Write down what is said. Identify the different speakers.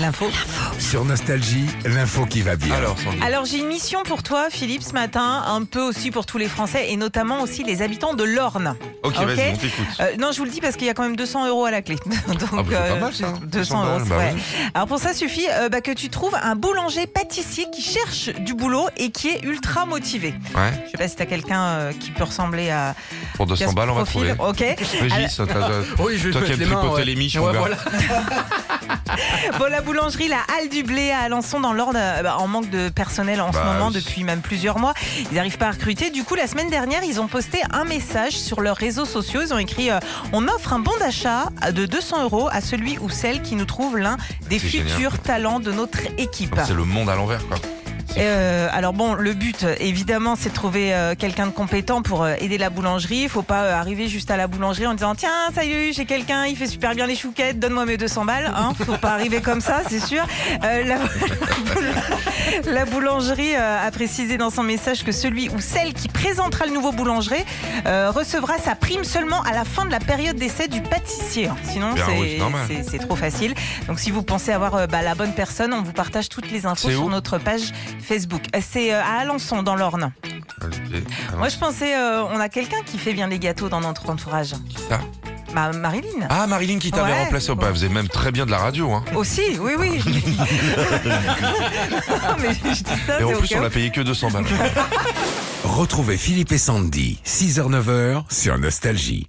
Speaker 1: L'info.
Speaker 2: Sur Nostalgie, l'info qui va bien.
Speaker 3: Alors, Sandy.
Speaker 1: Alors j'ai une mission pour toi, Philippe, ce matin, un peu aussi pour tous les Français et notamment aussi les habitants de l'Orne.
Speaker 3: Ok,
Speaker 1: ok.
Speaker 3: vas-y, on t'écoute.
Speaker 1: Euh, non, je vous le dis parce qu'il y a quand même 200 euros à la clé. Donc,
Speaker 3: Ah bah, c'est pas mal, ça.
Speaker 1: 200 euros.
Speaker 3: 200 balles,
Speaker 1: ouais.
Speaker 3: bah
Speaker 1: Alors pour ça suffit euh, bah, que tu trouves un boulanger pâtissier qui cherche du boulot et qui est ultra motivé.
Speaker 3: Ouais,
Speaker 1: Je sais pas si t'as quelqu'un euh, qui peut ressembler à.
Speaker 3: pour
Speaker 1: qui a
Speaker 3: 200
Speaker 1: ce
Speaker 3: balles, on va trouver.
Speaker 1: profil. Ok.
Speaker 3: Régis, t'as- t'as-
Speaker 4: Ah, Oui, je vais
Speaker 3: toi
Speaker 4: te
Speaker 3: qui aimes
Speaker 4: mettre les mains,
Speaker 3: tripoter
Speaker 4: ouais.
Speaker 3: les miches, mon
Speaker 4: Ouais,
Speaker 3: gars.
Speaker 4: voilà.
Speaker 1: Bon, la boulangerie, la Halle du Blé à Alençon, dans l'Orne, euh, bah, en manque de personnel en
Speaker 3: Bah,
Speaker 1: ce moment
Speaker 3: oui.
Speaker 1: depuis même plusieurs mois. Ils n'arrivent pas à recruter. Du coup, la semaine dernière, ils ont posté un message sur leurs réseaux sociaux. Ils ont écrit euh, On offre un bon d'achat de 200 euros à celui ou celle qui nous trouve l'un des
Speaker 3: C'est génial.
Speaker 1: futurs talents de notre équipe.
Speaker 3: Donc, C'est le monde à l'envers, quoi.
Speaker 1: Euh, alors bon, le but euh, évidemment, c'est de trouver euh, quelqu'un de compétent pour euh, aider la boulangerie. Il faut pas euh, arriver juste à la boulangerie en disant tiens, salut, j'ai quelqu'un, il fait super bien les chouquettes, donne-moi mes 200 balles. Hein, faut pas arriver comme ça, c'est sûr. Euh, la, la boulangerie euh, a précisé dans son message que celui ou celle qui présentera le nouveau boulanger euh, recevra sa prime seulement à la fin de la période d'essai du pâtissier. Sinon,
Speaker 3: Bien, oui,
Speaker 1: c'est-
Speaker 3: c'est normal.
Speaker 1: c'est c'est trop facile. Donc si vous pensez avoir euh, bah, la bonne personne, on vous partage toutes les infos
Speaker 3: C'est
Speaker 1: sur
Speaker 3: où
Speaker 1: notre page Facebook. Euh, C'est euh, à Alençon, dans l'Orne.
Speaker 3: Vas-y, avance.
Speaker 1: Moi, je pensais, euh, on a quelqu'un qui fait bien les gâteaux dans notre entourage.
Speaker 3: ça
Speaker 1: Bah, Marilyn.
Speaker 3: Ah, Marilyn qui t'avait
Speaker 1: Ouais.
Speaker 3: remplacé. Oh, bah, elle faisait même très bien de la radio. Hein.
Speaker 1: Aussi, oui, oui. Non, mais je dis ça,
Speaker 4: Ah,
Speaker 3: Et en
Speaker 1: c'est au
Speaker 3: plus,
Speaker 1: cas
Speaker 3: on
Speaker 1: où.
Speaker 3: l'a payé que 200 balles.
Speaker 2: Retrouvez Philippe et Sandy, 6h-9h sur Nostalgie.